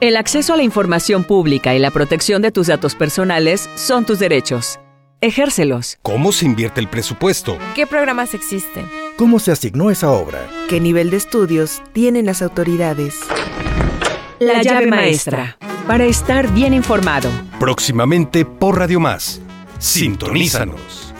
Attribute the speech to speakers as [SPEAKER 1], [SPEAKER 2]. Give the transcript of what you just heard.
[SPEAKER 1] El acceso a la información pública y la protección de tus datos personales son tus derechos. Ejércelos.
[SPEAKER 2] ¿Cómo se invierte el presupuesto?
[SPEAKER 3] ¿Qué programas existen?
[SPEAKER 4] ¿Cómo se asignó esa obra?
[SPEAKER 5] ¿Qué nivel de estudios tienen las autoridades?
[SPEAKER 1] La, la llave, llave maestra. maestra. Para estar bien informado.
[SPEAKER 2] Próximamente por Radio Más. Sintonízanos.